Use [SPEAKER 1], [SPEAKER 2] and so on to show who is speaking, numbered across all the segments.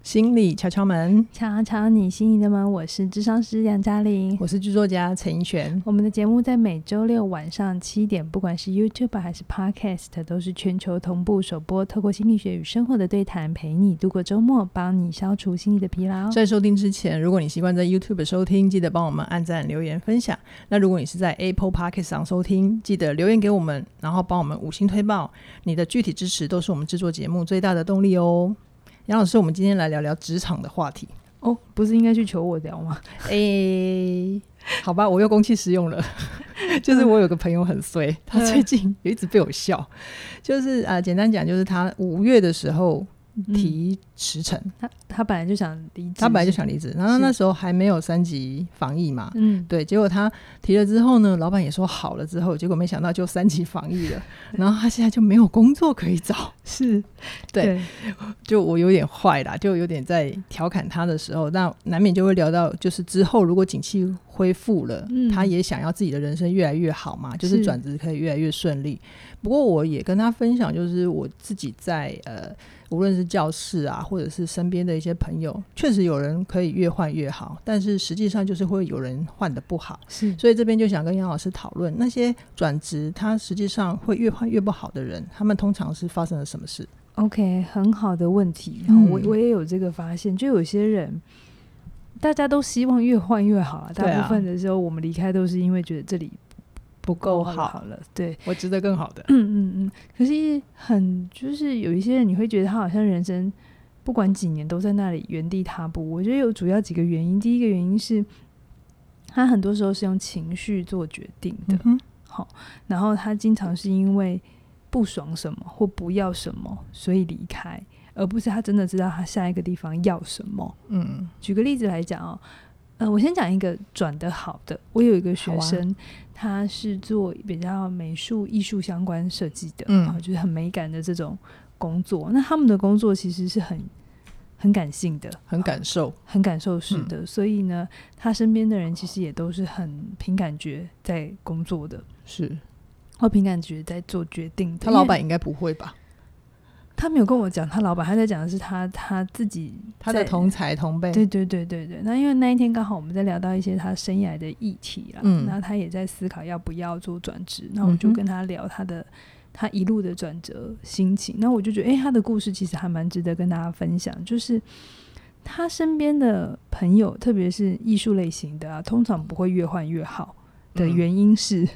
[SPEAKER 1] 心理敲敲门，
[SPEAKER 2] 敲敲啊你心仪的门，我是智商师杨嘉玲。
[SPEAKER 1] 我是剧作家陈怡璇。
[SPEAKER 2] 我们的节目在每周六晚上七点，不管是 YouTube 还是 Podcast，都是全球同步首播。透过心理学与生活的对谈，陪你度过周末，帮你消除心理的疲劳。
[SPEAKER 1] 在收听之前，如果你习惯在 YouTube 收听，记得帮我们按赞、留言、分享。那如果你是在 Apple Podcast 上收听，记得留言给我们，然后帮我们五星推报。你的具体支持都是我们制作节目最大的动力哦。杨老师，我们今天来聊聊职场的话题。
[SPEAKER 2] 哦，不是应该去求我聊吗？
[SPEAKER 1] 诶、好吧，我又公器私用了。就是我有个朋友很衰，他最近也一直被我笑。就是啊、呃简单讲，就是他五月的时候
[SPEAKER 2] 嗯
[SPEAKER 1] 提辞呈，
[SPEAKER 2] 他他本来就想离职，
[SPEAKER 1] 他本来就想离职，然后
[SPEAKER 2] 是
[SPEAKER 1] 那时候还没有三级防疫嘛，
[SPEAKER 2] 嗯，
[SPEAKER 1] 对，结果他提了之后呢，老板也说好了之后，结果没想到就三级防疫了，然后他现在就没有工作可以找，
[SPEAKER 2] 是
[SPEAKER 1] 对就我有点坏啦，就有点在调侃他的时候，那难免就会聊到，就是之后如果景气恢复了，
[SPEAKER 2] 嗯
[SPEAKER 1] 他也想要自己的人生越来越好嘛，就是
[SPEAKER 2] 是
[SPEAKER 1] 转职可以越来越顺利。不过我也跟他分享，就是我自己在呃，无论是教室啊，或者是身边的一些朋友，确实有人可以越换越好，但是实际上就是会有人换的不好。
[SPEAKER 2] 是
[SPEAKER 1] 所以这边就想跟杨老师讨论，那些转职他实际上会越换越不好的人，他们通常是发生了什么事？
[SPEAKER 2] OK，很好的问题。
[SPEAKER 1] 嗯
[SPEAKER 2] 我我也有这个发现，就有些人，大家都希望越换越好啊。
[SPEAKER 1] 对啊
[SPEAKER 2] 大部分的时候，我们离开都是因为觉得这里
[SPEAKER 1] 不
[SPEAKER 2] 够好了。对，
[SPEAKER 1] 我值得更好的。
[SPEAKER 2] 嗯嗯嗯。可是很就是有一些人，你会觉得他好像人生不管几年都在那里原地踏步。我觉得有主要几个原因。第一个原因是，他很多时候是用情绪做决定的。
[SPEAKER 1] 嗯哼，
[SPEAKER 2] 然后他经常是因为不爽什么或不要什么，所以离开，而不是他真的知道他下一个地方要什么。
[SPEAKER 1] 嗯，
[SPEAKER 2] 举个例子来讲哦，呃，我先讲一个转的好的，我有一个
[SPEAKER 1] 啊
[SPEAKER 2] 学生，他是做比较美术艺术相关设计的，
[SPEAKER 1] 嗯
[SPEAKER 2] 啊就是很美感的这种工作。那他们的工作其实是很很感性的，
[SPEAKER 1] 很感嗯受。
[SPEAKER 2] 很感受式的，所以呢，他身边的人其实也都是很凭感觉在工作的。
[SPEAKER 1] 是
[SPEAKER 2] 或凭感觉在做决定的。
[SPEAKER 1] 他老
[SPEAKER 2] 因为
[SPEAKER 1] 板应该不会吧？
[SPEAKER 2] 他没有跟我讲他老板，他在讲的是他他自己
[SPEAKER 1] 他的
[SPEAKER 2] 在
[SPEAKER 1] 同才同辈。
[SPEAKER 2] 对对对对对。那因为那一天刚好我们在聊到一些他生涯的议题啦，
[SPEAKER 1] 嗯
[SPEAKER 2] 那他也在思考要不要做转职，那我
[SPEAKER 1] 嗯
[SPEAKER 2] 就
[SPEAKER 1] 哼
[SPEAKER 2] 跟他聊他的。他一路的转折心情，那我就觉得，诶，他的故事其实还蛮值得跟大家分享。就是他身边的朋友，特别是艺术类型的啊，通常不会越换越好的
[SPEAKER 1] 嗯
[SPEAKER 2] 原因是，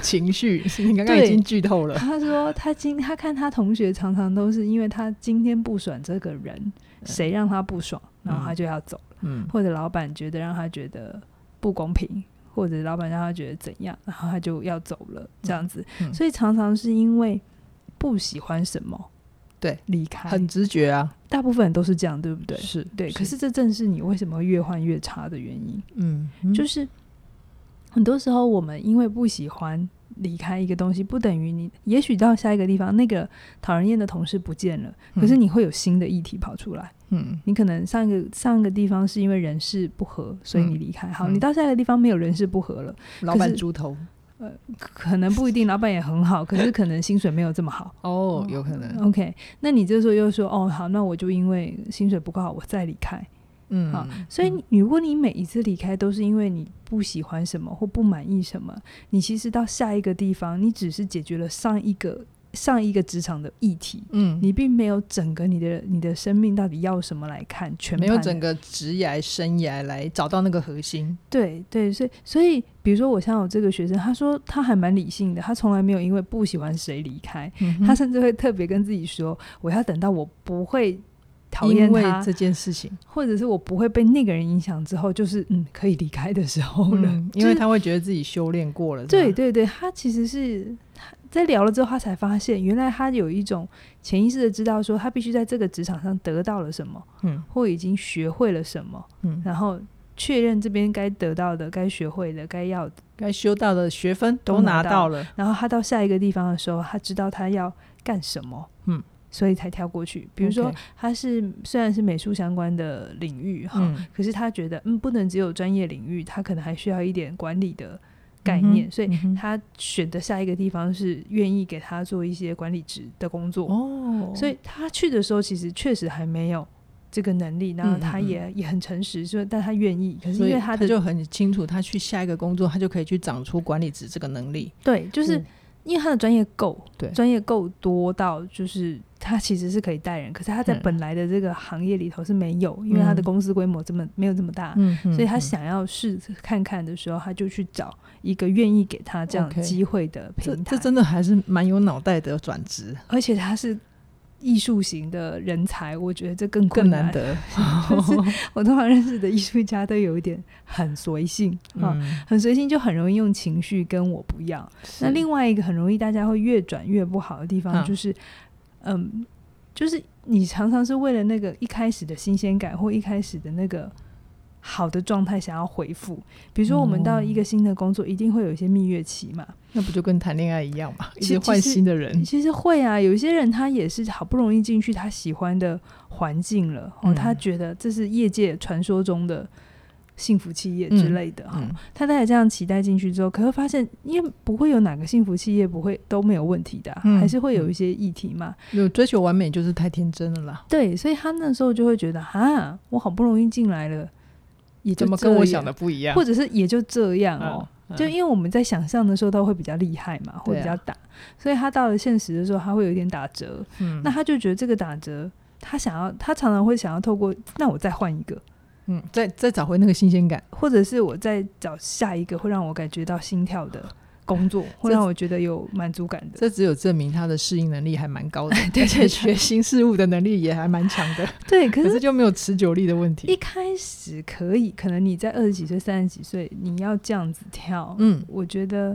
[SPEAKER 1] 情绪， 你刚刚已经剧 透 了。
[SPEAKER 2] 他说他今他看他同学常常都是因为他今天不爽这个人，谁让他不爽，然后他就要走，
[SPEAKER 1] 嗯
[SPEAKER 2] 或者老板觉得让他觉得不公平，或者老板让他觉得怎样，然后他就要走了这样子。
[SPEAKER 1] 嗯
[SPEAKER 2] 所以常常是因为不喜欢什么，
[SPEAKER 1] 对，
[SPEAKER 2] 离开。
[SPEAKER 1] 很直觉啊。
[SPEAKER 2] 大部分人都是这样，哎对不对？
[SPEAKER 1] 是，
[SPEAKER 2] 对。可是这正是你为什么会越换越差的原因。
[SPEAKER 1] 嗯，
[SPEAKER 2] 就是是很多时候我们因为不喜欢离开一个东西，不等于你也许到下一个地方那个讨人厌的同事不见了，可是你会有新的议题跑出来。
[SPEAKER 1] 嗯
[SPEAKER 2] 你可能上一个上一个地方是因为人事不合，所以你离开。好，
[SPEAKER 1] 嗯
[SPEAKER 2] 你到下一个地方没有人事不合了，
[SPEAKER 1] 嗯老板猪头
[SPEAKER 2] 可能不一定老板也很好，可是可能薪水没有这么好。
[SPEAKER 1] 哦，有可能。
[SPEAKER 2] OK，那你这时候又说哦好，那我就因为薪水不够好，我再离开。好
[SPEAKER 1] 嗯，
[SPEAKER 2] 所以你，如果你每一次离开都是因为你不喜欢什么或不满意什么，你其实到下一个地方，你只是解决了上一个上一个职场的议题，
[SPEAKER 1] 嗯，
[SPEAKER 2] 你并没有整个你的你的生命到底要什么来看全
[SPEAKER 1] 没有
[SPEAKER 2] 盘
[SPEAKER 1] 整个职涯生涯来找到那个核心。
[SPEAKER 2] 对对，所以所以比如说我像我这个学生，他说他还蛮理性的，他从来没有因为不喜欢谁离开，
[SPEAKER 1] 嗯
[SPEAKER 2] 他甚至会特别跟自己说，我要等到我不会讨厌
[SPEAKER 1] 因为
[SPEAKER 2] 他，
[SPEAKER 1] 这件事情，
[SPEAKER 2] 或者是我不会被那个人影响之后，就是嗯可以离开的时候了。
[SPEAKER 1] 嗯，
[SPEAKER 2] 就
[SPEAKER 1] 因
[SPEAKER 2] 是
[SPEAKER 1] 为他会觉得自己修炼过了。
[SPEAKER 2] 对
[SPEAKER 1] 是吧，
[SPEAKER 2] 对对，他其实是他在聊了之后，他才发现原来他有一种潜意识的知道说，他必须在这个职场上得到了什么，
[SPEAKER 1] 嗯
[SPEAKER 2] 或已经学会了什么，
[SPEAKER 1] 嗯，
[SPEAKER 2] 然后确认这边该得到的、该学会的、该要的，
[SPEAKER 1] 该修到的学分
[SPEAKER 2] 都
[SPEAKER 1] 都
[SPEAKER 2] 拿
[SPEAKER 1] 拿
[SPEAKER 2] 到
[SPEAKER 1] 到了。
[SPEAKER 2] 然后他到下一个地方的时候，他知道他要干什么，
[SPEAKER 1] 嗯，
[SPEAKER 2] 所以才跳过去。比如说
[SPEAKER 1] OK，
[SPEAKER 2] 他是虽然是美术相关的领域哈，
[SPEAKER 1] 嗯
[SPEAKER 2] 可是他觉得嗯不能只有专业领域，他可能还需要一点管理的概念，
[SPEAKER 1] 嗯哼
[SPEAKER 2] 所以
[SPEAKER 1] 嗯哼
[SPEAKER 2] 他选的下一个地方是愿意给他做一些管理职的工作，
[SPEAKER 1] 哦，
[SPEAKER 2] 所以他去的时候其实确实还没有这个能力，
[SPEAKER 1] 嗯
[SPEAKER 2] 然后他也、也很诚实，就但他愿意，可是因为
[SPEAKER 1] 他
[SPEAKER 2] 的
[SPEAKER 1] 就很清楚，他去下一个工作，他就可以去长出管理职这个能力。
[SPEAKER 2] 对，就是
[SPEAKER 1] 嗯
[SPEAKER 2] 因为他的专业够，
[SPEAKER 1] 对
[SPEAKER 2] 专业够多到就是他其实是可以带人，可是他在
[SPEAKER 1] 嗯
[SPEAKER 2] 本来的这个行业里头是没有，因为他的
[SPEAKER 1] 嗯
[SPEAKER 2] 公司规模这么没有这么大，
[SPEAKER 1] 嗯，
[SPEAKER 2] 所以他
[SPEAKER 1] 嗯，
[SPEAKER 2] 想要试看看的时候，他就去找一个愿意给他这样
[SPEAKER 1] OK
[SPEAKER 2] 机会的平
[SPEAKER 1] 这
[SPEAKER 2] 台，
[SPEAKER 1] 这真的还是蛮有脑袋的转职，
[SPEAKER 2] 而且他是。艺术型的人才，我觉得这更困
[SPEAKER 1] 更
[SPEAKER 2] 难。
[SPEAKER 1] 难 得。
[SPEAKER 2] 我通常认识的艺术家都有一点很随性啊，
[SPEAKER 1] 嗯，
[SPEAKER 2] 很随性就很容易用情绪跟我不要。那另外一个很容易大家会越转越不好的地
[SPEAKER 1] 嗯
[SPEAKER 2] 方，就是，嗯，就是你常常是为了那个一开始的新鲜感或一开始的那个好的状态想要回复。比如说，我们到一个新的工作，一定会有一些蜜月期嘛。
[SPEAKER 1] 那不就跟谈恋爱一样嘛，一
[SPEAKER 2] 其
[SPEAKER 1] 直换
[SPEAKER 2] 其实
[SPEAKER 1] 新的人。
[SPEAKER 2] 其实会啊，有一些人他也是好不容易进去他喜欢的环境了，哦，
[SPEAKER 1] 嗯
[SPEAKER 2] 他觉得这是业界传说中的。幸福企业之
[SPEAKER 1] 嗯
[SPEAKER 2] 类的哈、
[SPEAKER 1] 嗯
[SPEAKER 2] 他带着这样期待进去之后，可是发现，因为不会有哪个幸福企业不会都没有问题的啊、
[SPEAKER 1] 嗯
[SPEAKER 2] 还是会有一些议题嘛。
[SPEAKER 1] 有追求完美就是太天真了啦，
[SPEAKER 2] 对，所以他那时候就会觉得，哈，我好不容易进来了，也就
[SPEAKER 1] 怎么跟我
[SPEAKER 2] 这
[SPEAKER 1] 想
[SPEAKER 2] 样
[SPEAKER 1] 的，不一样？
[SPEAKER 2] 或者是也就这样哦。
[SPEAKER 1] 嗯
[SPEAKER 2] 就因为我们在想象的时候，他会比较厉害嘛，会
[SPEAKER 1] 对啊
[SPEAKER 2] 比较打，所以他到了现实的时候，他会有一点打折。
[SPEAKER 1] 嗯
[SPEAKER 2] 那他就觉得这个打折，他想要，他常常会想要透过，那我再换一个，
[SPEAKER 1] 嗯，再再找回那个新鲜感，
[SPEAKER 2] 或者是我再找下一个会让我感觉到心跳的工作，
[SPEAKER 1] 这
[SPEAKER 2] 会让我觉得有满足感的。
[SPEAKER 1] 这只有证明他的适应能力还蛮 高的，而且学新事物的能力也还蛮强的，
[SPEAKER 2] 对，可
[SPEAKER 1] 可
[SPEAKER 2] 是
[SPEAKER 1] 是就没有持久力的问
[SPEAKER 2] 一
[SPEAKER 1] 题。
[SPEAKER 2] 开始可以，可能你在二十几岁、三十几岁，你要这样子跳，
[SPEAKER 1] 嗯，
[SPEAKER 2] 我觉得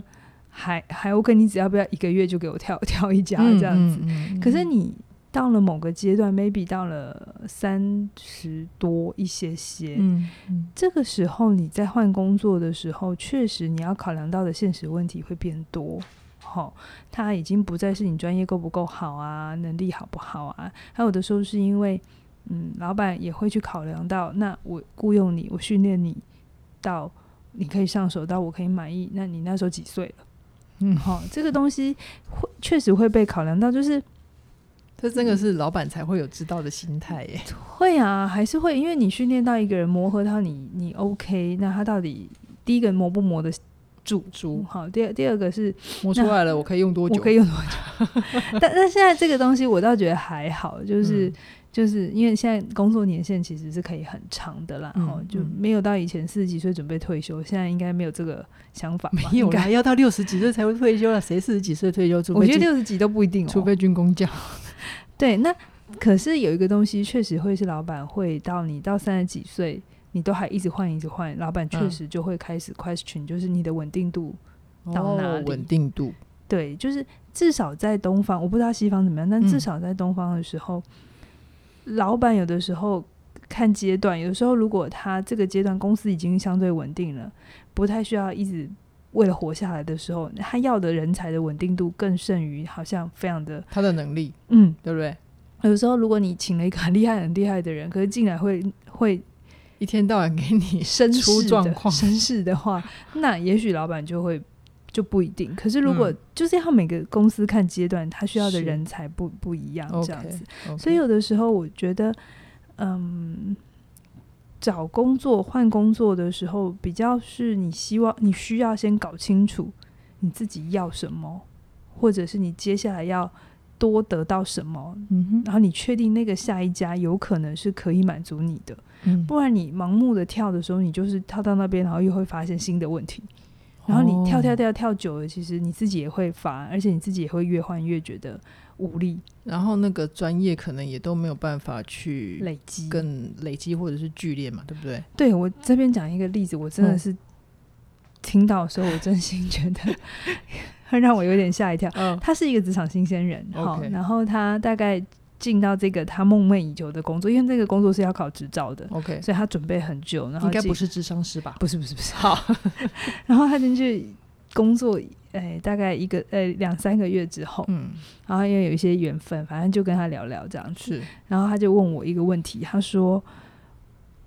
[SPEAKER 2] 还还 OK，你只要不要一个月就给我跳 跳一家这样子。
[SPEAKER 1] 嗯，嗯嗯
[SPEAKER 2] 可是你到了某个阶段，maybe 到了三十多一些些，
[SPEAKER 1] 嗯嗯
[SPEAKER 2] 这个时候你在换工作的时候，确实你要考量到的现实问题会变多。好、它已经不再是你专业够不够好啊，能力好不好啊，还有的时候是因为，嗯，老板也会去考量到，那我雇佣你，我训练你到你可以上手，到我可以满意，那你那时候几岁了？
[SPEAKER 1] 嗯
[SPEAKER 2] 好、这个东西会确实会被考量到，就是
[SPEAKER 1] 这真的是老板才会有知道的心态耶。
[SPEAKER 2] 会啊，还是会，因为你训练到一个人磨合到你，你 OK，那他到底第一个磨不磨得住？
[SPEAKER 1] 猪
[SPEAKER 2] 好，第二第二个是
[SPEAKER 1] 磨出来了，我可以用多
[SPEAKER 2] 我
[SPEAKER 1] 久？
[SPEAKER 2] 可以用嗯多久？ 但但现在这个东西我倒觉得还好，就是、
[SPEAKER 1] 嗯
[SPEAKER 2] 就是因为现在工作年限其实是可以很长的啦，
[SPEAKER 1] 嗯
[SPEAKER 2] 哦，就
[SPEAKER 1] 嗯
[SPEAKER 2] 没有到以前四十几岁准备退休，现在应该没有这个想法吧，
[SPEAKER 1] 没有
[SPEAKER 2] 应
[SPEAKER 1] 啦，
[SPEAKER 2] 该。
[SPEAKER 1] 要到六十几岁才会退休了，谁四十几岁退休？除非
[SPEAKER 2] 我觉得
[SPEAKER 1] 军
[SPEAKER 2] 六十几都不一定哦，
[SPEAKER 1] 除非军工教，
[SPEAKER 2] 对，那可是有一个东西确实会是老板会到你到三十几岁，你都还一直换一直换，老板确
[SPEAKER 1] 嗯
[SPEAKER 2] 实就会开始 question，、就是你的稳定度。 到哪
[SPEAKER 1] 哦
[SPEAKER 2] 里，
[SPEAKER 1] 稳定度，
[SPEAKER 2] 对，就是至少在东方，我不知道西方怎么样，但
[SPEAKER 1] 嗯
[SPEAKER 2] 至少在东方的时候，老板有的时候看阶段，有的时候如果他这个阶段公司已经相对稳定了，不太需要一直。为了活下来的时候，他要的人才的稳定度更胜于好像非常的
[SPEAKER 1] 他的能力，
[SPEAKER 2] 嗯
[SPEAKER 1] 对不对？
[SPEAKER 2] 有时候，如果你请了一个很厉害、很厉害的人，可是进来会会
[SPEAKER 1] 一天到晚给你
[SPEAKER 2] 绅
[SPEAKER 1] 出
[SPEAKER 2] 士
[SPEAKER 1] 状
[SPEAKER 2] 的
[SPEAKER 1] 况
[SPEAKER 2] 绅士的话，那也许老板就会就不一定。可是如果、
[SPEAKER 1] 嗯
[SPEAKER 2] 就是要每个公司看阶段，他需要的
[SPEAKER 1] 是
[SPEAKER 2] 人才不不一样， 这样子。
[SPEAKER 1] OK，
[SPEAKER 2] 所以有的时候我觉得，嗯，找工作换工作的时候，比较是你希望你需要先搞清楚你自己要什么，或者是你接下来要多得到什么，
[SPEAKER 1] 嗯
[SPEAKER 2] 然后你确定那个下一家有可能是可以满足你的，
[SPEAKER 1] 哼，
[SPEAKER 2] 不然你盲目的跳的时候，你就是跳到那边，然后又会发现新的问题，
[SPEAKER 1] 哦
[SPEAKER 2] 然后你跳跳
[SPEAKER 1] 跳，
[SPEAKER 2] 跳跳久了，其实你自己也会乏，而且你自己也会越换越觉得无力
[SPEAKER 1] 然后那个专业可能也都没有办法去
[SPEAKER 2] 累积。
[SPEAKER 1] 更累积或者是剧烈嘛，对不对？
[SPEAKER 2] 对我这边讲一个例子，我真的
[SPEAKER 1] 嗯
[SPEAKER 2] 是听到的时候，我真心觉 得会让我有点吓一跳。
[SPEAKER 1] 嗯，
[SPEAKER 2] 他是一个职场新鲜人，好
[SPEAKER 1] OK
[SPEAKER 2] 然后他大概进到这个他梦寐以求的工作，因为这个工作是要考执照的，
[SPEAKER 1] OK，
[SPEAKER 2] 所以他准备很久，然后
[SPEAKER 1] 应该
[SPEAKER 2] 进
[SPEAKER 1] 不是智商师吧？
[SPEAKER 2] 不是不是不是。
[SPEAKER 1] 好，
[SPEAKER 2] 然后他进去工作，哎，大概一个呃两三个月之后，
[SPEAKER 1] 嗯，
[SPEAKER 2] 然后因为有一些缘分，反正就跟他聊聊这样子。
[SPEAKER 1] 是，
[SPEAKER 2] 然后他就问我一个问题，他说：“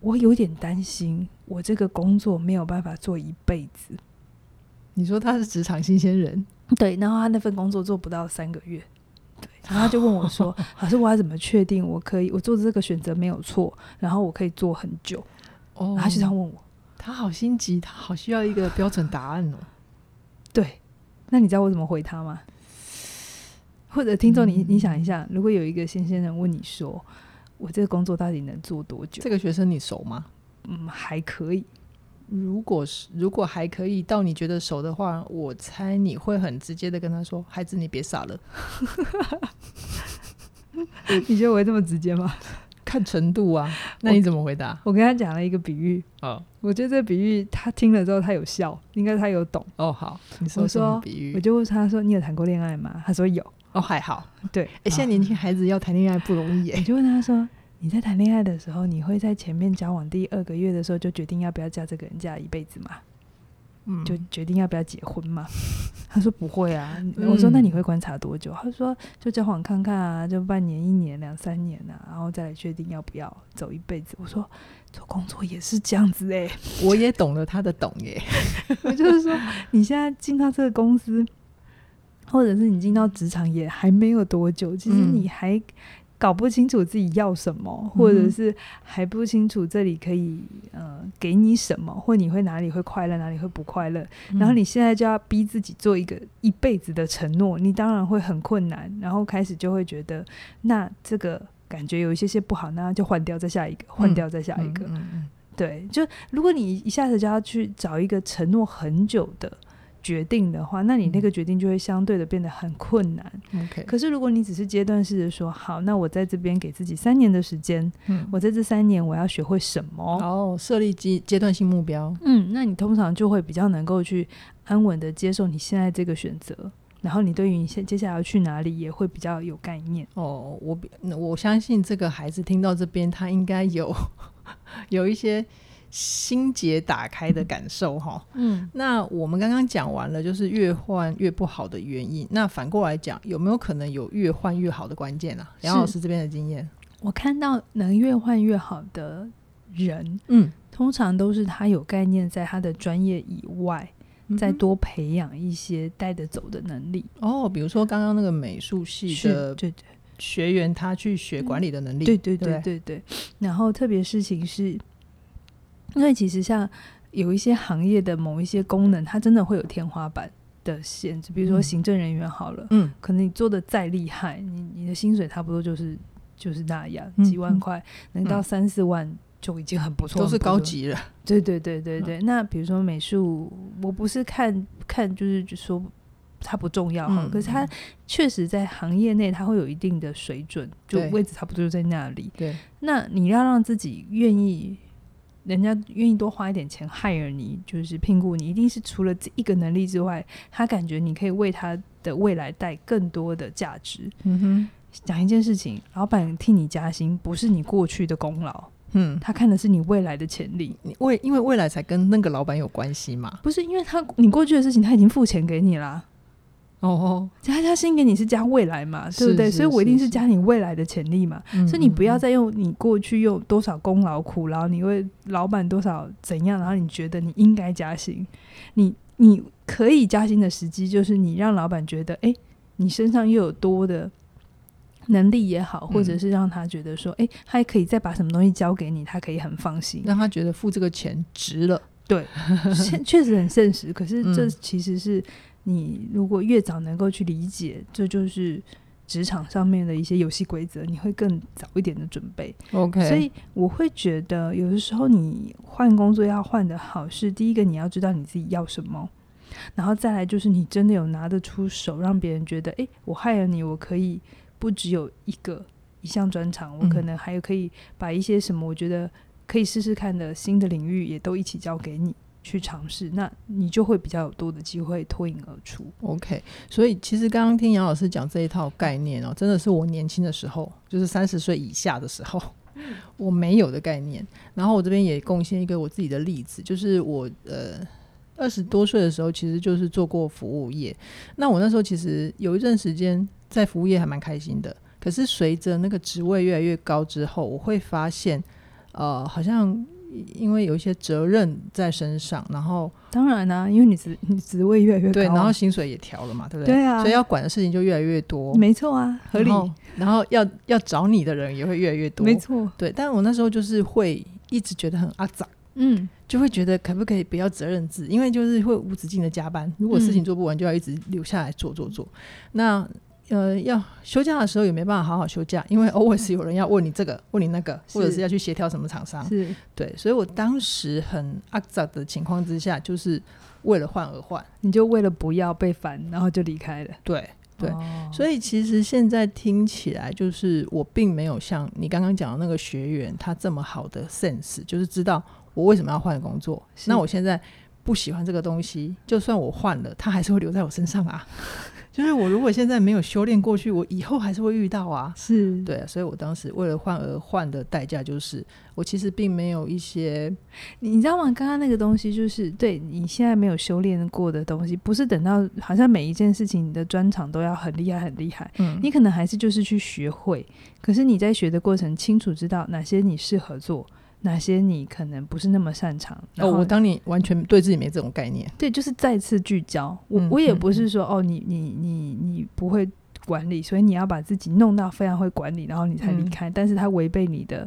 [SPEAKER 2] 我有点担心，我这个工作没有办法做一辈子。
[SPEAKER 1] 你说他是职场新鲜人，”
[SPEAKER 2] 对，然后他那份工作做不到三个月，对，然后他就问我说：“老师，我要怎么确定我可以我做的这个选择没有错？然后我可以做很久？”
[SPEAKER 1] 哦
[SPEAKER 2] 然后他就这样问我。
[SPEAKER 1] 他好心急，他好需要一个标准答案哦。
[SPEAKER 2] 对，那你知道我怎么回他吗？或者听众你，你想一下，如果有一个新鲜人问你说：“我这个工作到底能做多久
[SPEAKER 1] 这个学生你熟吗？？”
[SPEAKER 2] 嗯，还可以。
[SPEAKER 1] 如果是如果还可以到你觉得熟的话，我猜你会很直接的跟他说：“孩子，你别傻了，
[SPEAKER 2] 你觉得我会这么直接吗？
[SPEAKER 1] 看程度啊。”那你怎么回答？
[SPEAKER 2] 我跟他讲了一个比喻，
[SPEAKER 1] 哦
[SPEAKER 2] 我觉得这个比喻他听了之后他有笑，应该他有懂。
[SPEAKER 1] 哦，好，你
[SPEAKER 2] 我
[SPEAKER 1] 说什
[SPEAKER 2] 说
[SPEAKER 1] 么比
[SPEAKER 2] 我
[SPEAKER 1] 喻？
[SPEAKER 2] 就问他说：“你有谈过恋爱吗？”他说有。
[SPEAKER 1] 哦，还好。
[SPEAKER 2] 对，
[SPEAKER 1] 哎、现在
[SPEAKER 2] 啊
[SPEAKER 1] 年轻孩子要谈恋爱不容易
[SPEAKER 2] 我
[SPEAKER 1] 耶。
[SPEAKER 2] 就问他说：“你在谈恋爱的时候，你会在前面交往第二个月的时候就决定要不要嫁这个人嫁一辈子吗？
[SPEAKER 1] 嗯，
[SPEAKER 2] 就决定要不要结婚 吗？”他说：“不会啊。”我说：“
[SPEAKER 1] 嗯
[SPEAKER 2] 那你会观察多久？”他说：“就交往看看啊，就半年、一年、两三年啊，然后再来确定要不要走一辈子。”我说：“做工作也是这样子哎、
[SPEAKER 1] 我也懂了他的懂耶。
[SPEAKER 2] 我就是说，你现在进到这个公司，或者是你进到职场也还没有多久，其实
[SPEAKER 1] 嗯
[SPEAKER 2] 你还搞不清楚自己要什么，或
[SPEAKER 1] 嗯
[SPEAKER 2] 者
[SPEAKER 1] 哼
[SPEAKER 2] 是还不清楚这里可以呃给你什么，或你会哪里会快乐，哪里会不快乐。然后
[SPEAKER 1] 嗯
[SPEAKER 2] 你现在就要逼自己做一个一辈子的承诺，你当然会很困难，然后开始就会觉得，那这个感觉有一些些不好，那就换掉再下一个，换
[SPEAKER 1] 嗯
[SPEAKER 2] 掉再下一个。
[SPEAKER 1] 嗯嗯嗯
[SPEAKER 2] 对，就如果你一下子就要去找一个承诺很久的决定的话，那你那个决定就会相对的变得很困难。
[SPEAKER 1] 嗯 OK，
[SPEAKER 2] 可是如果你只是阶段式的说，好，那我在这边给自己三年的时间，
[SPEAKER 1] 嗯，
[SPEAKER 2] 我在这三年我要学会什么？
[SPEAKER 1] 哦，设立阶阶段性目标。
[SPEAKER 2] 嗯，那你通常就会比较能够去安稳的接受你现在这个选择，然后你对于你现接下来要去哪里也会比较有概念。
[SPEAKER 1] 哦，我比嗯我相信这个孩子听到这边，他应该有 有一些心结打开的感受哈。
[SPEAKER 2] 嗯，
[SPEAKER 1] 那我们刚刚讲完了，就是越换越不好的原因。那反过来讲，有没有可能有越换越好的关键啊？梁
[SPEAKER 2] 是
[SPEAKER 1] 老师这边的经验，
[SPEAKER 2] 我看到能越换越好的人，
[SPEAKER 1] 嗯，
[SPEAKER 2] 通常都是他有概念，在他的专业以外，再
[SPEAKER 1] 嗯
[SPEAKER 2] 多培养一些带得走的能力。
[SPEAKER 1] 哦，比如说刚刚那个美术系
[SPEAKER 2] 是，
[SPEAKER 1] 的
[SPEAKER 2] 对
[SPEAKER 1] 学员，他去学管理的能力，
[SPEAKER 2] 对对
[SPEAKER 1] 对
[SPEAKER 2] 对对对。然后特别事情是，因为其实像有一些行业的某一些功能，它真的会有天花板的限制，比如说
[SPEAKER 1] 嗯
[SPEAKER 2] 行政人员好了，
[SPEAKER 1] 嗯
[SPEAKER 2] 可能你做的再厉害，你你的薪水差不多就是就是那样，
[SPEAKER 1] 嗯
[SPEAKER 2] 几万
[SPEAKER 1] 嗯
[SPEAKER 2] 块、能到
[SPEAKER 1] 嗯
[SPEAKER 2] 三四万。就已经很不错，
[SPEAKER 1] 都是
[SPEAKER 2] 很不
[SPEAKER 1] 高
[SPEAKER 2] 错
[SPEAKER 1] 级了，
[SPEAKER 2] 对对对
[SPEAKER 1] 嗯
[SPEAKER 2] 对对。那比如说美术，我不是看看，就是就说它不重要哈、
[SPEAKER 1] 嗯
[SPEAKER 2] 可是它确实在行业内它会有一定的水准，就
[SPEAKER 1] 对
[SPEAKER 2] 位置差不多就在那里。
[SPEAKER 1] 对，
[SPEAKER 2] 那你要让自己愿意。人家愿意多花一点钱 hire 你，就是聘雇你，一定是除了这一个能力之外，他感觉你可以为他的未来带更多的价值。
[SPEAKER 1] 嗯哼，
[SPEAKER 2] 讲一件事情，老板替你加薪，不是你过去的功劳，
[SPEAKER 1] 嗯，
[SPEAKER 2] 他看的是你未来的潜力。
[SPEAKER 1] 你未因为未来才跟那个老板有关系嘛，
[SPEAKER 2] 不是因为他你过去的事情他已经付钱给你啦，
[SPEAKER 1] 哦哦，
[SPEAKER 2] 加加薪给你是加未来嘛，
[SPEAKER 1] 是
[SPEAKER 2] 对不对？
[SPEAKER 1] 是
[SPEAKER 2] 所以我一定
[SPEAKER 1] 是
[SPEAKER 2] 是加你未来的潜力嘛，
[SPEAKER 1] 嗯
[SPEAKER 2] 所以你不要
[SPEAKER 1] 嗯
[SPEAKER 2] 再用你过去用多少功劳苦劳，你为老板多少怎样，然后你觉得你应该加薪，你你可以加薪的时机就是你让老板觉得，哎，你身上又有多的。能力也好，或者
[SPEAKER 1] 嗯
[SPEAKER 2] 是让他觉得说，哎、他还可以再把什么东西交给你，他可以很放心。
[SPEAKER 1] 让他觉得付这个钱值了。
[SPEAKER 2] 现 确实很现实，可是这
[SPEAKER 1] 嗯
[SPEAKER 2] 其实是你如果越早能够去理解，这就是职场上面的一些游戏规则，你会更早一点的准备。
[SPEAKER 1] OK，
[SPEAKER 2] 所以我会觉得，有的时候你换工作要换的好是，第一个你要知道你自己要什么。然后再来就是你真的有拿得出手，让别人觉得，诶，我害了你，我可以不只有一个一项专长，我可
[SPEAKER 1] 嗯
[SPEAKER 2] 能还有可以把一些什么我觉得可以试试看的新的领域也都一起交给你去尝试，那你就会比较有多的机会脱颖而出。
[SPEAKER 1] OK，所以其实刚刚听杨老师讲这一套概念哦，真的是我年轻的时候，就是三十岁以下的时候， 我没有的概念。然后我这边也贡献一个我自己的例子，就是我呃二十多岁的时候，其实就是做过服务业。那我那时候其实有一段时间在服务业还蛮开心的，可是随着那个职位越来越高之后，我会发现，呃，好像因为有一些责任在身上，然后
[SPEAKER 2] 当然啦、因为你职你职位越来越高，啊
[SPEAKER 1] 对，然后薪水也调了嘛，对不对？
[SPEAKER 2] 对啊
[SPEAKER 1] 所以要管的事情就越来越多，
[SPEAKER 2] 没错啊，合理
[SPEAKER 1] 然，后然后要要找你的人也会越来越多，
[SPEAKER 2] 没错，
[SPEAKER 1] 对。但我那时候就是会一直觉得很阿杂，
[SPEAKER 2] 嗯，
[SPEAKER 1] 就会觉得可不可以不要责任制，因为就是会无止境的加班，如果
[SPEAKER 2] 嗯
[SPEAKER 1] 事情做不完，就要一直留下来做做做。那呃，要休假的时候也没办法好好休假，因为 always 有人要问你这个，问你那个，
[SPEAKER 2] 是
[SPEAKER 1] 或者是要去协调什么厂商。
[SPEAKER 2] 嗯是
[SPEAKER 1] 对，所以我当时很阿杂的情况之下，就是为了换而换。
[SPEAKER 2] 你就为了不要被烦，然后就离开了。
[SPEAKER 1] 对，对
[SPEAKER 2] 哦
[SPEAKER 1] 所以其实现在听起来，就是我并没有像你刚刚讲的那个学员他这么好的 sense，就是知道我为什么要换工作。
[SPEAKER 2] 是
[SPEAKER 1] 那我现在不喜欢这个东西，就算我换了，它还是会留在我身上 啊。就是我如果现在没有修炼过去，我以后还是会遇到啊。
[SPEAKER 2] 是
[SPEAKER 1] 对啊，所以我当时为了换而换的代价就是，我其实并没有一些
[SPEAKER 2] 你你知道吗？刚刚那个东西就是对你现在没有修炼过的东西，不是等到好像每一件事情你的专长都要很厉害很厉害，
[SPEAKER 1] 嗯
[SPEAKER 2] 你可能还是就是去学会。可是你在学的过程，清楚知道哪些你适合做，哪些你可能不是那么擅长。然
[SPEAKER 1] 哦，
[SPEAKER 2] 后
[SPEAKER 1] 我当年完全对自己没这种概念。
[SPEAKER 2] 对，就是再次聚焦。我、
[SPEAKER 1] 嗯
[SPEAKER 2] 我也
[SPEAKER 1] 嗯
[SPEAKER 2] 不是说哦，你你你你不会管理，所以你要把自己弄到非常会管理，然后你才离
[SPEAKER 1] 嗯
[SPEAKER 2] 开。但是它违背你的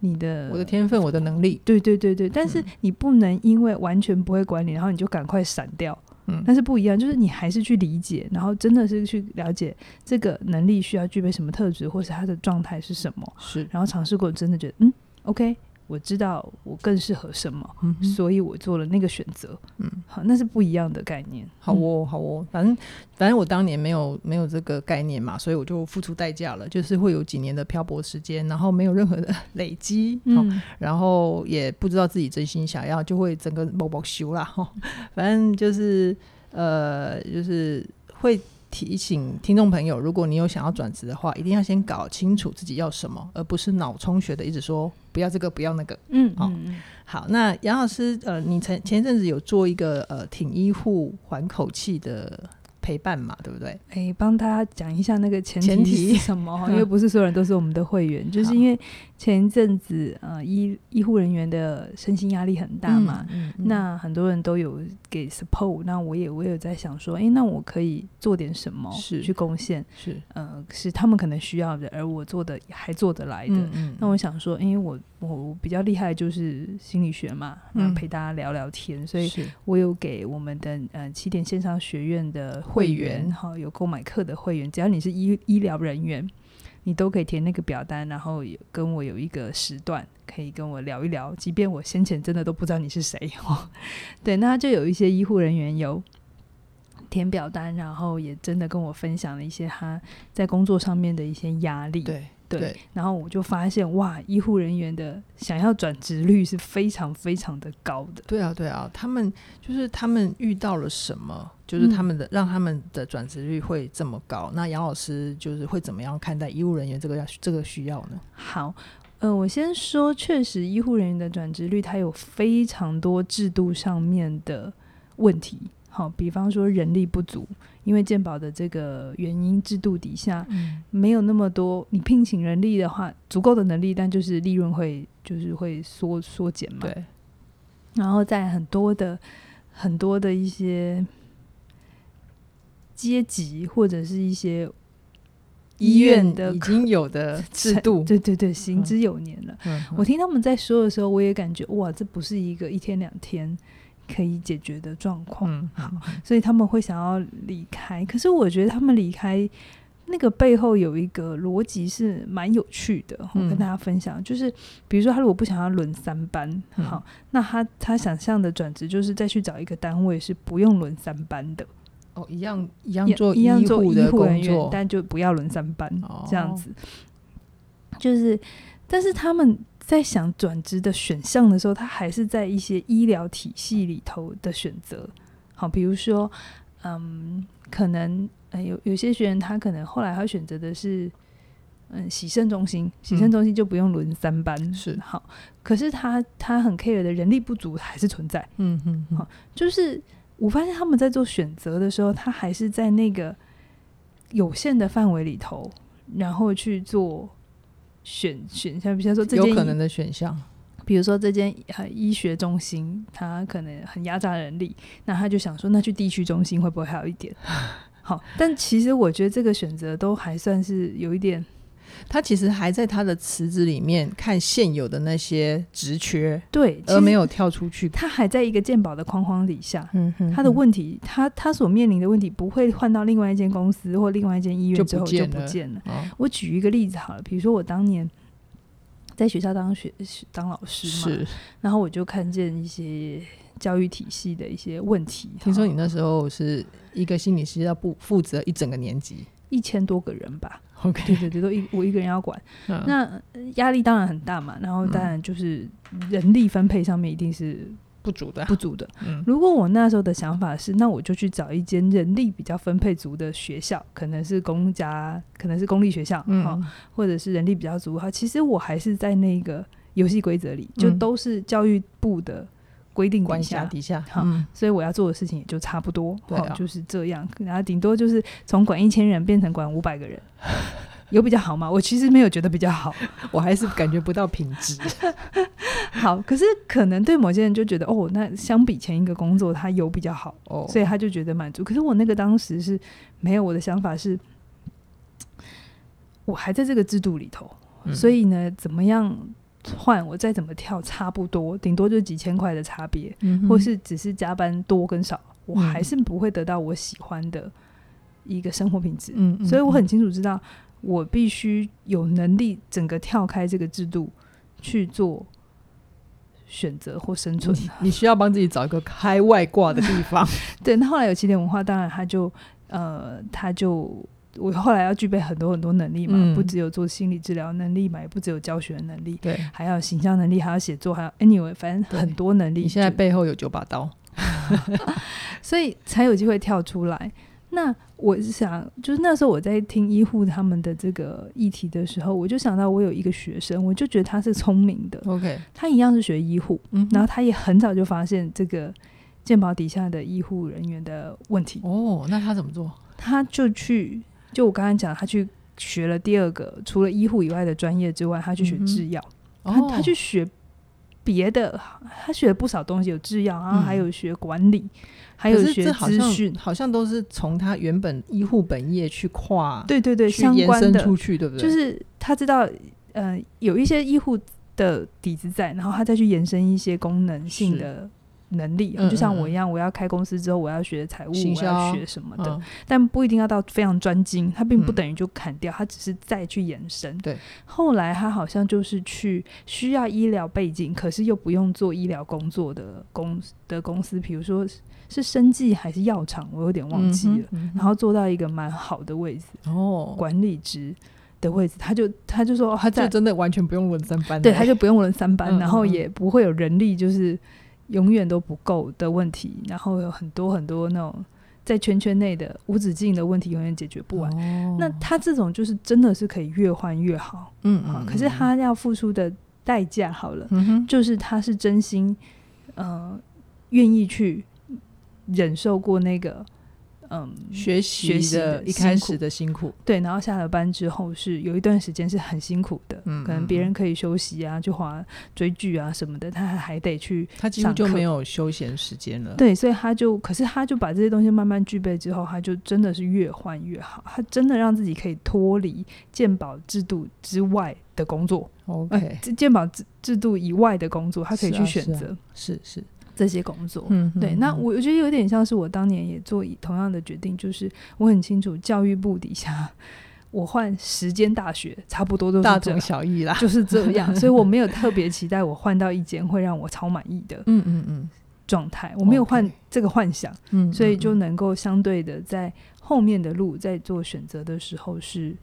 [SPEAKER 2] 你的
[SPEAKER 1] 我的天分，我的能力，
[SPEAKER 2] 对对对对，但是
[SPEAKER 1] 嗯
[SPEAKER 2] 你不能因为完全不会管理，然后你就赶快闪掉，
[SPEAKER 1] 嗯
[SPEAKER 2] 那是不一样。就是你还是去理解，然后真的是去了解这个能力需要具备什么特质，或是他的状态是什么，
[SPEAKER 1] 是，
[SPEAKER 2] 然后尝试过，真的觉得嗯，OK，我知道我更适合什么，
[SPEAKER 1] 嗯哼
[SPEAKER 2] 所以我做了那个选择。
[SPEAKER 1] 嗯。
[SPEAKER 2] 好，那是不一样的概念。嗯
[SPEAKER 1] 好哦，好哦，反正反正我当年没有没有这个概念嘛，所以我就付出代价了，就是会有几年的漂泊时间，然后没有任何的 累积，哦
[SPEAKER 2] 嗯，嗯，
[SPEAKER 1] 然后也不知道自己真心想要，就会整个某某修啦，哈、 反正就是呃，就是会提醒听众朋友，如果你有想要转职的话，一定要先搞清楚自己要什么，而不是脑充血的一直说不要这个不要那个。
[SPEAKER 2] 嗯，
[SPEAKER 1] 好
[SPEAKER 2] 嗯
[SPEAKER 1] 好，那杨老师，呃，你前前一阵子有做一个呃挺医护缓口气的陪伴嘛，对不对？
[SPEAKER 2] 哎，帮大家讲一下那个前
[SPEAKER 1] 前提
[SPEAKER 2] 提是什 么哦？因为不是所有人都是我们的会员，就是因为前一阵子呃医医护人员的身心压力很大嘛，
[SPEAKER 1] 嗯，嗯
[SPEAKER 2] 那很多人都有给 support，那我也我也有在想说，哎，那我可以做点什么
[SPEAKER 1] 是
[SPEAKER 2] 去贡献？
[SPEAKER 1] 是
[SPEAKER 2] 呃，是他们可能需要的，而我做的还做得来的。
[SPEAKER 1] 嗯嗯，
[SPEAKER 2] 那我想说，因为我我我比较厉害的就是心理学嘛，然后
[SPEAKER 1] 嗯
[SPEAKER 2] 陪大家聊聊天，所以
[SPEAKER 1] 是
[SPEAKER 2] 我有给我们的呃起点线上学院的会员
[SPEAKER 1] 员
[SPEAKER 2] 哈、有购买课的会员，只要你是医医疗人员，你都可以填那个表单，然后有跟我有一个时段可以跟我聊一聊，即便我先前真的都不知道你是谁哦。 对，那就有一些医护人员有。填表单，然后也真的跟我分享了一些他在工作上面的一些压力。
[SPEAKER 1] 对
[SPEAKER 2] 对
[SPEAKER 1] 对
[SPEAKER 2] 然后我就发现，哇，医护人员的想要转职率是非常非常的高的。
[SPEAKER 1] 对啊对啊，他们就是他们遇到了什么，就是
[SPEAKER 2] 嗯
[SPEAKER 1] 他们的、让他们的转职率会这么高。那杨老师就是会怎么样看待医务人员这个要这个需要呢？
[SPEAKER 2] 好，呃，我先说，确实医护人员的转职率，它有非常多制度上面的问题。好，比方说人力不足，因为健保的这个原因制度底下，
[SPEAKER 1] 嗯，
[SPEAKER 2] 没有那么多你聘请人力的话，足够的能力，但就是利润会就是会缩缩减嘛。
[SPEAKER 1] 对，
[SPEAKER 2] 然后在很多的很多的一些阶级或者是一些医院的
[SPEAKER 1] 已经有 的制度，
[SPEAKER 2] 对对对，行之有年了。
[SPEAKER 1] 嗯
[SPEAKER 2] 我听他们在说的时候，我也感觉哇，这不是一个一天两天可以解决的状况，
[SPEAKER 1] 嗯好，
[SPEAKER 2] 所以他们会想要离开。可是我觉得他们离开那个背后有一个逻辑是蛮有趣的，我
[SPEAKER 1] 嗯
[SPEAKER 2] 跟大家分享，就是比如说他如果不想要轮三班，
[SPEAKER 1] 嗯
[SPEAKER 2] 好，那他他想象的转职就是再去找一个单位是不用轮三班的，
[SPEAKER 1] 哦，一样一样
[SPEAKER 2] 也
[SPEAKER 1] 做
[SPEAKER 2] 一样
[SPEAKER 1] 医
[SPEAKER 2] 做
[SPEAKER 1] 护
[SPEAKER 2] 医
[SPEAKER 1] 的
[SPEAKER 2] 护人
[SPEAKER 1] 工
[SPEAKER 2] 员
[SPEAKER 1] 作，，
[SPEAKER 2] 但就不要轮三班、
[SPEAKER 1] 哦
[SPEAKER 2] 这样子。就是，但是他们在想转职的选项的时候，他还是在一些医疗体系里头的选择。好，比如说，嗯，可能呃有有些学员他可能后来他选择的是。嗯，洗肾中心，洗肾
[SPEAKER 1] 嗯
[SPEAKER 2] 中心就不用轮三班，
[SPEAKER 1] 是
[SPEAKER 2] 好。可是他他很 care 的人力不足还是存在，
[SPEAKER 1] 嗯嗯嗯
[SPEAKER 2] 好就是我发现他们在做选择的时候，他还是在那个有限的范围里头，然后去做选选项，比如说这
[SPEAKER 1] 有
[SPEAKER 2] 件
[SPEAKER 1] 可能的选项，
[SPEAKER 2] 比比如说这间呃医学中心，它可能很压榨人力，那他就想说，那去地区中心会不会好一 点？好，但其实我觉得这个选择都还算是有一点，
[SPEAKER 1] 他其实还在他的池子里面看现有的那些职缺，
[SPEAKER 2] 对，
[SPEAKER 1] 而呃没
[SPEAKER 2] 有，
[SPEAKER 1] 有跳出去。
[SPEAKER 2] 他还在一个鉴宝的框框底下。
[SPEAKER 1] 嗯哼
[SPEAKER 2] 他的
[SPEAKER 1] 哼
[SPEAKER 2] 问题，他他所面临的问题不会换到另外一间公司或另外一间医
[SPEAKER 1] 就
[SPEAKER 2] 院
[SPEAKER 1] 不
[SPEAKER 2] 之后就
[SPEAKER 1] 见
[SPEAKER 2] 不
[SPEAKER 1] 了
[SPEAKER 2] 见了。
[SPEAKER 1] 哦
[SPEAKER 2] 我举一个例子好了，比如说我当年在学校当学当老师嘛，
[SPEAKER 1] 是，
[SPEAKER 2] 然后我就看见一些教育体系的一些问题。
[SPEAKER 1] 听说你那时候是一个心理师要不负责一整个年级。
[SPEAKER 2] 一千多个人吧，对
[SPEAKER 1] OK，
[SPEAKER 2] 对对，都一我一个人要管，
[SPEAKER 1] 嗯
[SPEAKER 2] 那呃压力当然很大嘛。然后当然就是人力分配上面一定是
[SPEAKER 1] 不足的，
[SPEAKER 2] 不足的。
[SPEAKER 1] 嗯，
[SPEAKER 2] 如果我那时候的想法是，那我就去找一间人力比较分配足的学校，可能是公家，可能是公立学校，
[SPEAKER 1] 嗯
[SPEAKER 2] 哦，或者是人力比较足哈。其实我还是在那个游戏规则里，就
[SPEAKER 1] 嗯
[SPEAKER 2] 都是教育部的规定底
[SPEAKER 1] 管
[SPEAKER 2] 下
[SPEAKER 1] 辖。底下，
[SPEAKER 2] 好
[SPEAKER 1] 嗯
[SPEAKER 2] 所以我要做的事情也就差不多，
[SPEAKER 1] 对啊
[SPEAKER 2] 好就是这样。然后顶多就是从管一千人变成管五百个人，有比较好吗？我其实没有觉得比 较好，
[SPEAKER 1] 我还是感觉不到品质。
[SPEAKER 2] 好，可是可能对某些人就觉得哦，那相比前一个工作，他有比较好，
[SPEAKER 1] 哦，
[SPEAKER 2] 所以他就觉得满足。可是我那个当时是没有我的想法是，我还在这个制度里头，
[SPEAKER 1] 嗯
[SPEAKER 2] 所以呢，怎么样换我再怎么跳差不多，顶多就几千块的差别，
[SPEAKER 1] 嗯哼
[SPEAKER 2] 或是只是加班多跟少，我
[SPEAKER 1] 嗯
[SPEAKER 2] 还是不会得到我喜欢的一个生活品质。
[SPEAKER 1] 嗯，嗯
[SPEAKER 2] 所以我很清楚知道，我必须有能力整个跳开这个制度去做选择或生存。
[SPEAKER 1] 嗯你需要帮自己找一个开外挂的地方。
[SPEAKER 2] 对，那后来有起点文化，当然他就呃，他就我后来要具备很多很多能力嘛，
[SPEAKER 1] 嗯
[SPEAKER 2] 不只有做心理治疗能力嘛，也不只有教学能力。
[SPEAKER 1] 对，
[SPEAKER 2] 还要形象能力，还要写作，还有 anyway，反正很多能力。
[SPEAKER 1] 你现在
[SPEAKER 2] 就
[SPEAKER 1] 背后有九把刀。
[SPEAKER 2] 所以才有机会跳出来。那我是想，就是那时候我在听医护他们的这个议题的时候，我就想到我有一个学生，我就觉得他是聪明的，
[SPEAKER 1] OK，
[SPEAKER 2] 他一样是学医护，
[SPEAKER 1] 嗯哼，
[SPEAKER 2] 然后他也很早就发现这个健保底下的医护人员的问题，
[SPEAKER 1] 哦，那他怎么做？
[SPEAKER 2] 他就去，就我刚才讲，他去学了第二个除了医护以外的专业之外，他去学
[SPEAKER 1] 嗯哼
[SPEAKER 2] 制药，他
[SPEAKER 1] 哦，
[SPEAKER 2] 他去学别的，他学了不少东西，有制药，然后
[SPEAKER 1] 嗯
[SPEAKER 2] 还有学管理，还
[SPEAKER 1] 可
[SPEAKER 2] 有
[SPEAKER 1] 是
[SPEAKER 2] 学
[SPEAKER 1] 这好
[SPEAKER 2] 资
[SPEAKER 1] 像
[SPEAKER 2] 讯。
[SPEAKER 1] 好像都是从他原本医护本业去跨，
[SPEAKER 2] 对对对，
[SPEAKER 1] 去
[SPEAKER 2] 相
[SPEAKER 1] 延
[SPEAKER 2] 关
[SPEAKER 1] 伸
[SPEAKER 2] 的
[SPEAKER 1] 出去，对不对？
[SPEAKER 2] 就是他知道，呃，有一些医护的底子在，然后他再去延伸一些功能性
[SPEAKER 1] 是
[SPEAKER 2] 的能力。
[SPEAKER 1] 嗯
[SPEAKER 2] 就像
[SPEAKER 1] 嗯
[SPEAKER 2] 我
[SPEAKER 1] 嗯
[SPEAKER 2] 一样，我要开公司之后，我要学财务，
[SPEAKER 1] 行
[SPEAKER 2] 我要
[SPEAKER 1] 销
[SPEAKER 2] 学什么的，
[SPEAKER 1] 嗯，
[SPEAKER 2] 但不一定要到非常专精。他并不
[SPEAKER 1] 嗯
[SPEAKER 2] 等于就砍掉，他只是再去延伸。
[SPEAKER 1] 对，
[SPEAKER 2] 后来他好像就是去需要医疗背景，可是又不用做医疗工作的公的公司，比如说是是生技还是药厂，我有点忘记了。
[SPEAKER 1] 嗯哼，
[SPEAKER 2] 然后做到一个蛮好的位置。
[SPEAKER 1] 然后
[SPEAKER 2] 管理职的位置，他就他就说、哦、
[SPEAKER 1] 他就
[SPEAKER 2] 在
[SPEAKER 1] 真的完全不用轮三班了，
[SPEAKER 2] 对，他就不用轮三班，
[SPEAKER 1] 嗯
[SPEAKER 2] 然后
[SPEAKER 1] 嗯嗯
[SPEAKER 2] 也不会有人力就是永远都不够的问题，然后有很多很多那种在圈圈内的无止境的问题永远解决不完。
[SPEAKER 1] 哦
[SPEAKER 2] 那他这种就是真的是可以越换越好
[SPEAKER 1] 嗯
[SPEAKER 2] 啊，
[SPEAKER 1] 嗯，
[SPEAKER 2] 可是
[SPEAKER 1] 嗯，
[SPEAKER 2] 他要付出的代价好了，
[SPEAKER 1] 嗯哼，
[SPEAKER 2] 就是他是真心呃愿意去忍受过那个嗯
[SPEAKER 1] 学习
[SPEAKER 2] 习
[SPEAKER 1] 的
[SPEAKER 2] 的
[SPEAKER 1] 一开
[SPEAKER 2] 辛苦
[SPEAKER 1] 始的辛苦，
[SPEAKER 2] 对，然后下了班之后是有一段时间是很辛苦的，
[SPEAKER 1] 嗯
[SPEAKER 2] 可能
[SPEAKER 1] 嗯
[SPEAKER 2] 别人
[SPEAKER 1] 嗯
[SPEAKER 2] 可以休息啊，去滑追剧啊什么的，他还还得去。
[SPEAKER 1] 他几乎
[SPEAKER 2] 嗯上
[SPEAKER 1] 就
[SPEAKER 2] 课
[SPEAKER 1] 没有休闲时间了。
[SPEAKER 2] 对，所以他就，可是他就把这些东西慢慢具备之后，他就真的是越换越好，他真的让自己可以脱离鉴保制度之外的工作，
[SPEAKER 1] ，OK，
[SPEAKER 2] 这鉴保制制度以外的工作，他可以
[SPEAKER 1] 是
[SPEAKER 2] 去
[SPEAKER 1] 啊
[SPEAKER 2] 选
[SPEAKER 1] 是啊
[SPEAKER 2] 择
[SPEAKER 1] 是是，
[SPEAKER 2] 这些工作。
[SPEAKER 1] 嗯，
[SPEAKER 2] 对，
[SPEAKER 1] 嗯
[SPEAKER 2] 那
[SPEAKER 1] 嗯
[SPEAKER 2] 我我觉得有点像是我当年也做一同样的决定，就是我很清楚教育部底下，我换十间大学差不多都
[SPEAKER 1] 大
[SPEAKER 2] 是这
[SPEAKER 1] 同
[SPEAKER 2] 样，
[SPEAKER 1] 小异啦。
[SPEAKER 2] 就是这样，所以我没有特别期待我换到一间会让我超满意的
[SPEAKER 1] 嗯嗯嗯
[SPEAKER 2] 状态，我没 有换
[SPEAKER 1] OK
[SPEAKER 2] 这个幻想，
[SPEAKER 1] 嗯，
[SPEAKER 2] 所以就
[SPEAKER 1] 嗯
[SPEAKER 2] 能够相对的在后面的路在做选择的时候是。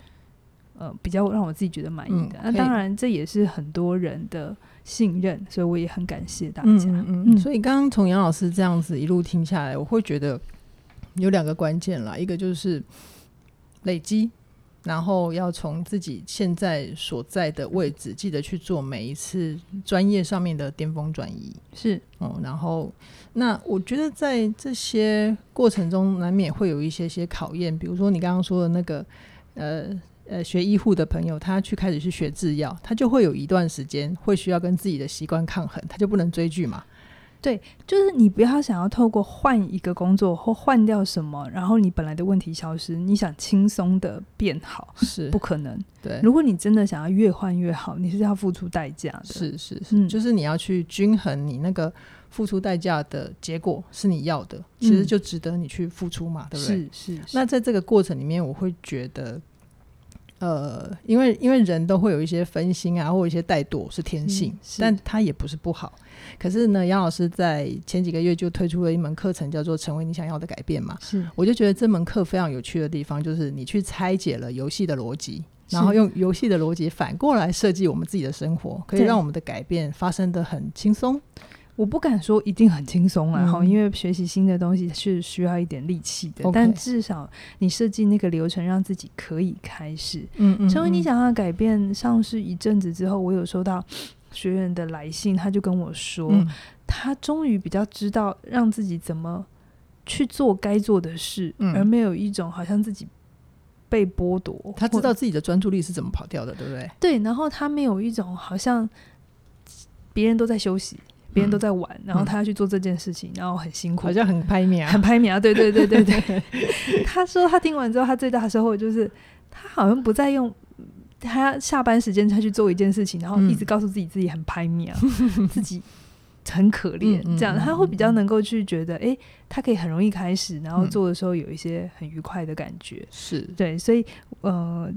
[SPEAKER 2] 呃，比较让我自己觉得满意的。
[SPEAKER 1] 嗯
[SPEAKER 2] 那、
[SPEAKER 1] 可以
[SPEAKER 2] 当然，这也是很多人的信任，所以我也很感谢大家。
[SPEAKER 1] 嗯嗯嗯。
[SPEAKER 2] 嗯
[SPEAKER 1] 所以刚刚从杨老师这样子一路听下来，我会觉得有两个关键啦，一个就是累积，然后要从自己现在所在的位置，记得去做每一次专业上面的巅峰转移。
[SPEAKER 2] 是
[SPEAKER 1] 哦、然后那我觉得在这些过程中，难免会有一些些考验，比如说你刚刚说的那个呃呃学医护的朋友，他去开始去学制药，他就会有一段时间会需要跟自己的习惯抗衡，他就不能追剧嘛。
[SPEAKER 2] 对，就是你不要想要透过换一个工作或换掉什么，然后你本来的问题消失，你想轻松的变好，
[SPEAKER 1] 是
[SPEAKER 2] 不可能。
[SPEAKER 1] 对，
[SPEAKER 2] 如果你真的想要越换越好，你是要付出代价的。，
[SPEAKER 1] 是是是，
[SPEAKER 2] 嗯
[SPEAKER 1] 就是你要去均衡你那个付出代价的结果是你要的，其实就值得你去付出嘛，对不对？
[SPEAKER 2] 嗯是是是。
[SPEAKER 1] 那在这个过程里面，我会觉得，呃，因为因为人都会有一些分心啊，或有一些怠惰嗯是天性，
[SPEAKER 2] 是是
[SPEAKER 1] 但它也不是不好。可是呢，杨老师在前几个月就推出了一门课程，叫做《成为你想要的改变》嘛。
[SPEAKER 2] 是
[SPEAKER 1] 我就觉得这门课非常有趣的地方，就是你去拆解了游戏的逻辑，
[SPEAKER 2] 是
[SPEAKER 1] 然后用游戏的逻辑反过来设计我们自己的生活，可以
[SPEAKER 2] 对
[SPEAKER 1] 让我们的改变发生的很轻松。
[SPEAKER 2] 我不敢说一定很轻松啦，哈、
[SPEAKER 1] 嗯
[SPEAKER 2] 因为学习新的东西是需要一点力气的
[SPEAKER 1] OK
[SPEAKER 2] 但至少你设计那个流程，让自己可以开始。
[SPEAKER 1] 嗯嗯
[SPEAKER 2] 成为你想要的改变上市一阵子之后，我有收到学员的来信，他就跟我说，
[SPEAKER 1] 嗯
[SPEAKER 2] 他终于比较知道让自己怎么去做该做的事，
[SPEAKER 1] 嗯
[SPEAKER 2] 而没有一种好像自己被剥夺。
[SPEAKER 1] 他知
[SPEAKER 2] 或
[SPEAKER 1] 道自己的专注力是怎么跑掉的，对不对？
[SPEAKER 2] 对，然后他没有一种好像别人都在休息，别人都在玩，然后他要去做这件事情，然后很辛
[SPEAKER 1] 嗯
[SPEAKER 2] 苦
[SPEAKER 1] 好，像很拍面啊
[SPEAKER 2] 很。拍秒。对对对 对对，他说他听完之后，他最大的收获就是他好像不再用。他下班时间他去做一件事情，然后一
[SPEAKER 1] 嗯
[SPEAKER 2] 直告诉自己自己很拍 秒，自己很可怜，
[SPEAKER 1] 嗯嗯
[SPEAKER 2] 这样
[SPEAKER 1] 嗯
[SPEAKER 2] 他会比较能够去觉得，诶，他可以很容易开始，然后
[SPEAKER 1] 嗯
[SPEAKER 2] 做的时候有一些很愉快的感觉。
[SPEAKER 1] 是，
[SPEAKER 2] 对，所以呃，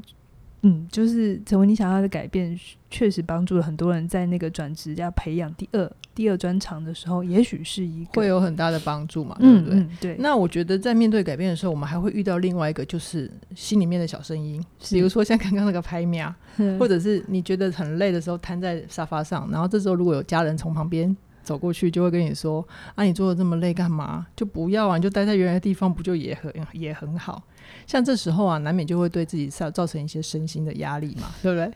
[SPEAKER 2] 嗯，就是成为你想要的改变，确实帮助了很多人在那个转职要培养第二第二专长的时候，也许是一个
[SPEAKER 1] 会有很大的帮助嘛，对
[SPEAKER 2] 嗯
[SPEAKER 1] 不对？
[SPEAKER 2] 嗯对，
[SPEAKER 1] 那我觉得在面对改变的时候，我们还会遇到另外一个，就是心里面的小声音，
[SPEAKER 2] 是
[SPEAKER 1] 比如说像刚刚那个拍面啊，
[SPEAKER 2] 嗯
[SPEAKER 1] 或者是你觉得很累的时候瘫在沙发上，然后这时候如果有家人从旁边走过去，就会跟你说：“啊，你做的这么累干嘛？就不要啊，你就待在原来的地方，不就也很也很好？”像这时候啊，难免就会对自己造造成一些身心的压力嘛，对不对？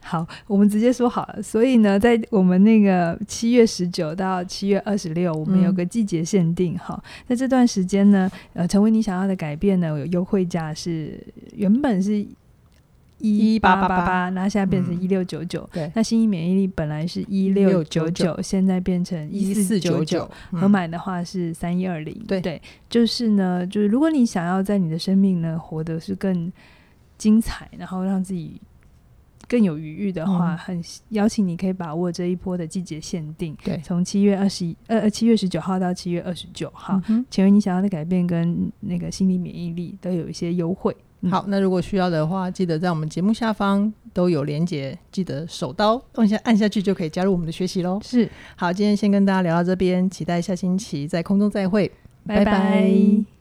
[SPEAKER 2] 好，我们直接说好了。所以呢，在我们那个七月十九到七月二十六，我们
[SPEAKER 1] 嗯
[SPEAKER 2] 有个季节限定哈、在这段时间呢，呃，成为你想要的改变呢，有优惠价是原本是一八八八，
[SPEAKER 1] 18888
[SPEAKER 2] 那现在变成
[SPEAKER 1] 嗯
[SPEAKER 2] 一六九九。
[SPEAKER 1] 对
[SPEAKER 2] 那新一免疫力本来是一六九九，现在变成一四九
[SPEAKER 1] 1499，
[SPEAKER 2] 九。合
[SPEAKER 1] 嗯
[SPEAKER 2] 买的话是三一二零，
[SPEAKER 1] 对
[SPEAKER 2] 就是呢，就是如果你想要在你的生命呢活得是更精彩，然后让自己更有余裕的话，
[SPEAKER 1] 嗯
[SPEAKER 2] 很邀请你可以把握这一波的季节限定，
[SPEAKER 1] 对
[SPEAKER 2] 从七月二十一呃呃七月十九号到七月二十九号，
[SPEAKER 1] 嗯哼
[SPEAKER 2] 请问你想要的改变跟那个心理免疫力都有一些优惠，嗯
[SPEAKER 1] 好，那如果需要的话，记得在我们节目下方都有连结，记得手刀按下按下去就可以加入我们的学习喽。
[SPEAKER 2] 是，
[SPEAKER 1] 好，今天先跟大家聊到这边，期待下星期在空中再会，
[SPEAKER 2] 拜
[SPEAKER 1] 拜
[SPEAKER 2] 拜